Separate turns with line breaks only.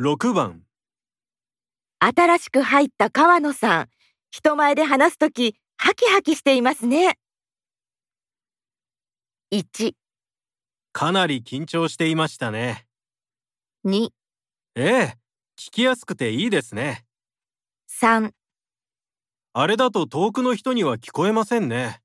6番
新しく入った川野さん、人前で話すとき、ハキハキしていますね。1、
かなり緊張していましたね
2、
ええ聞きやすくていいですね
3。
あれだと遠くの人には聞こえませんね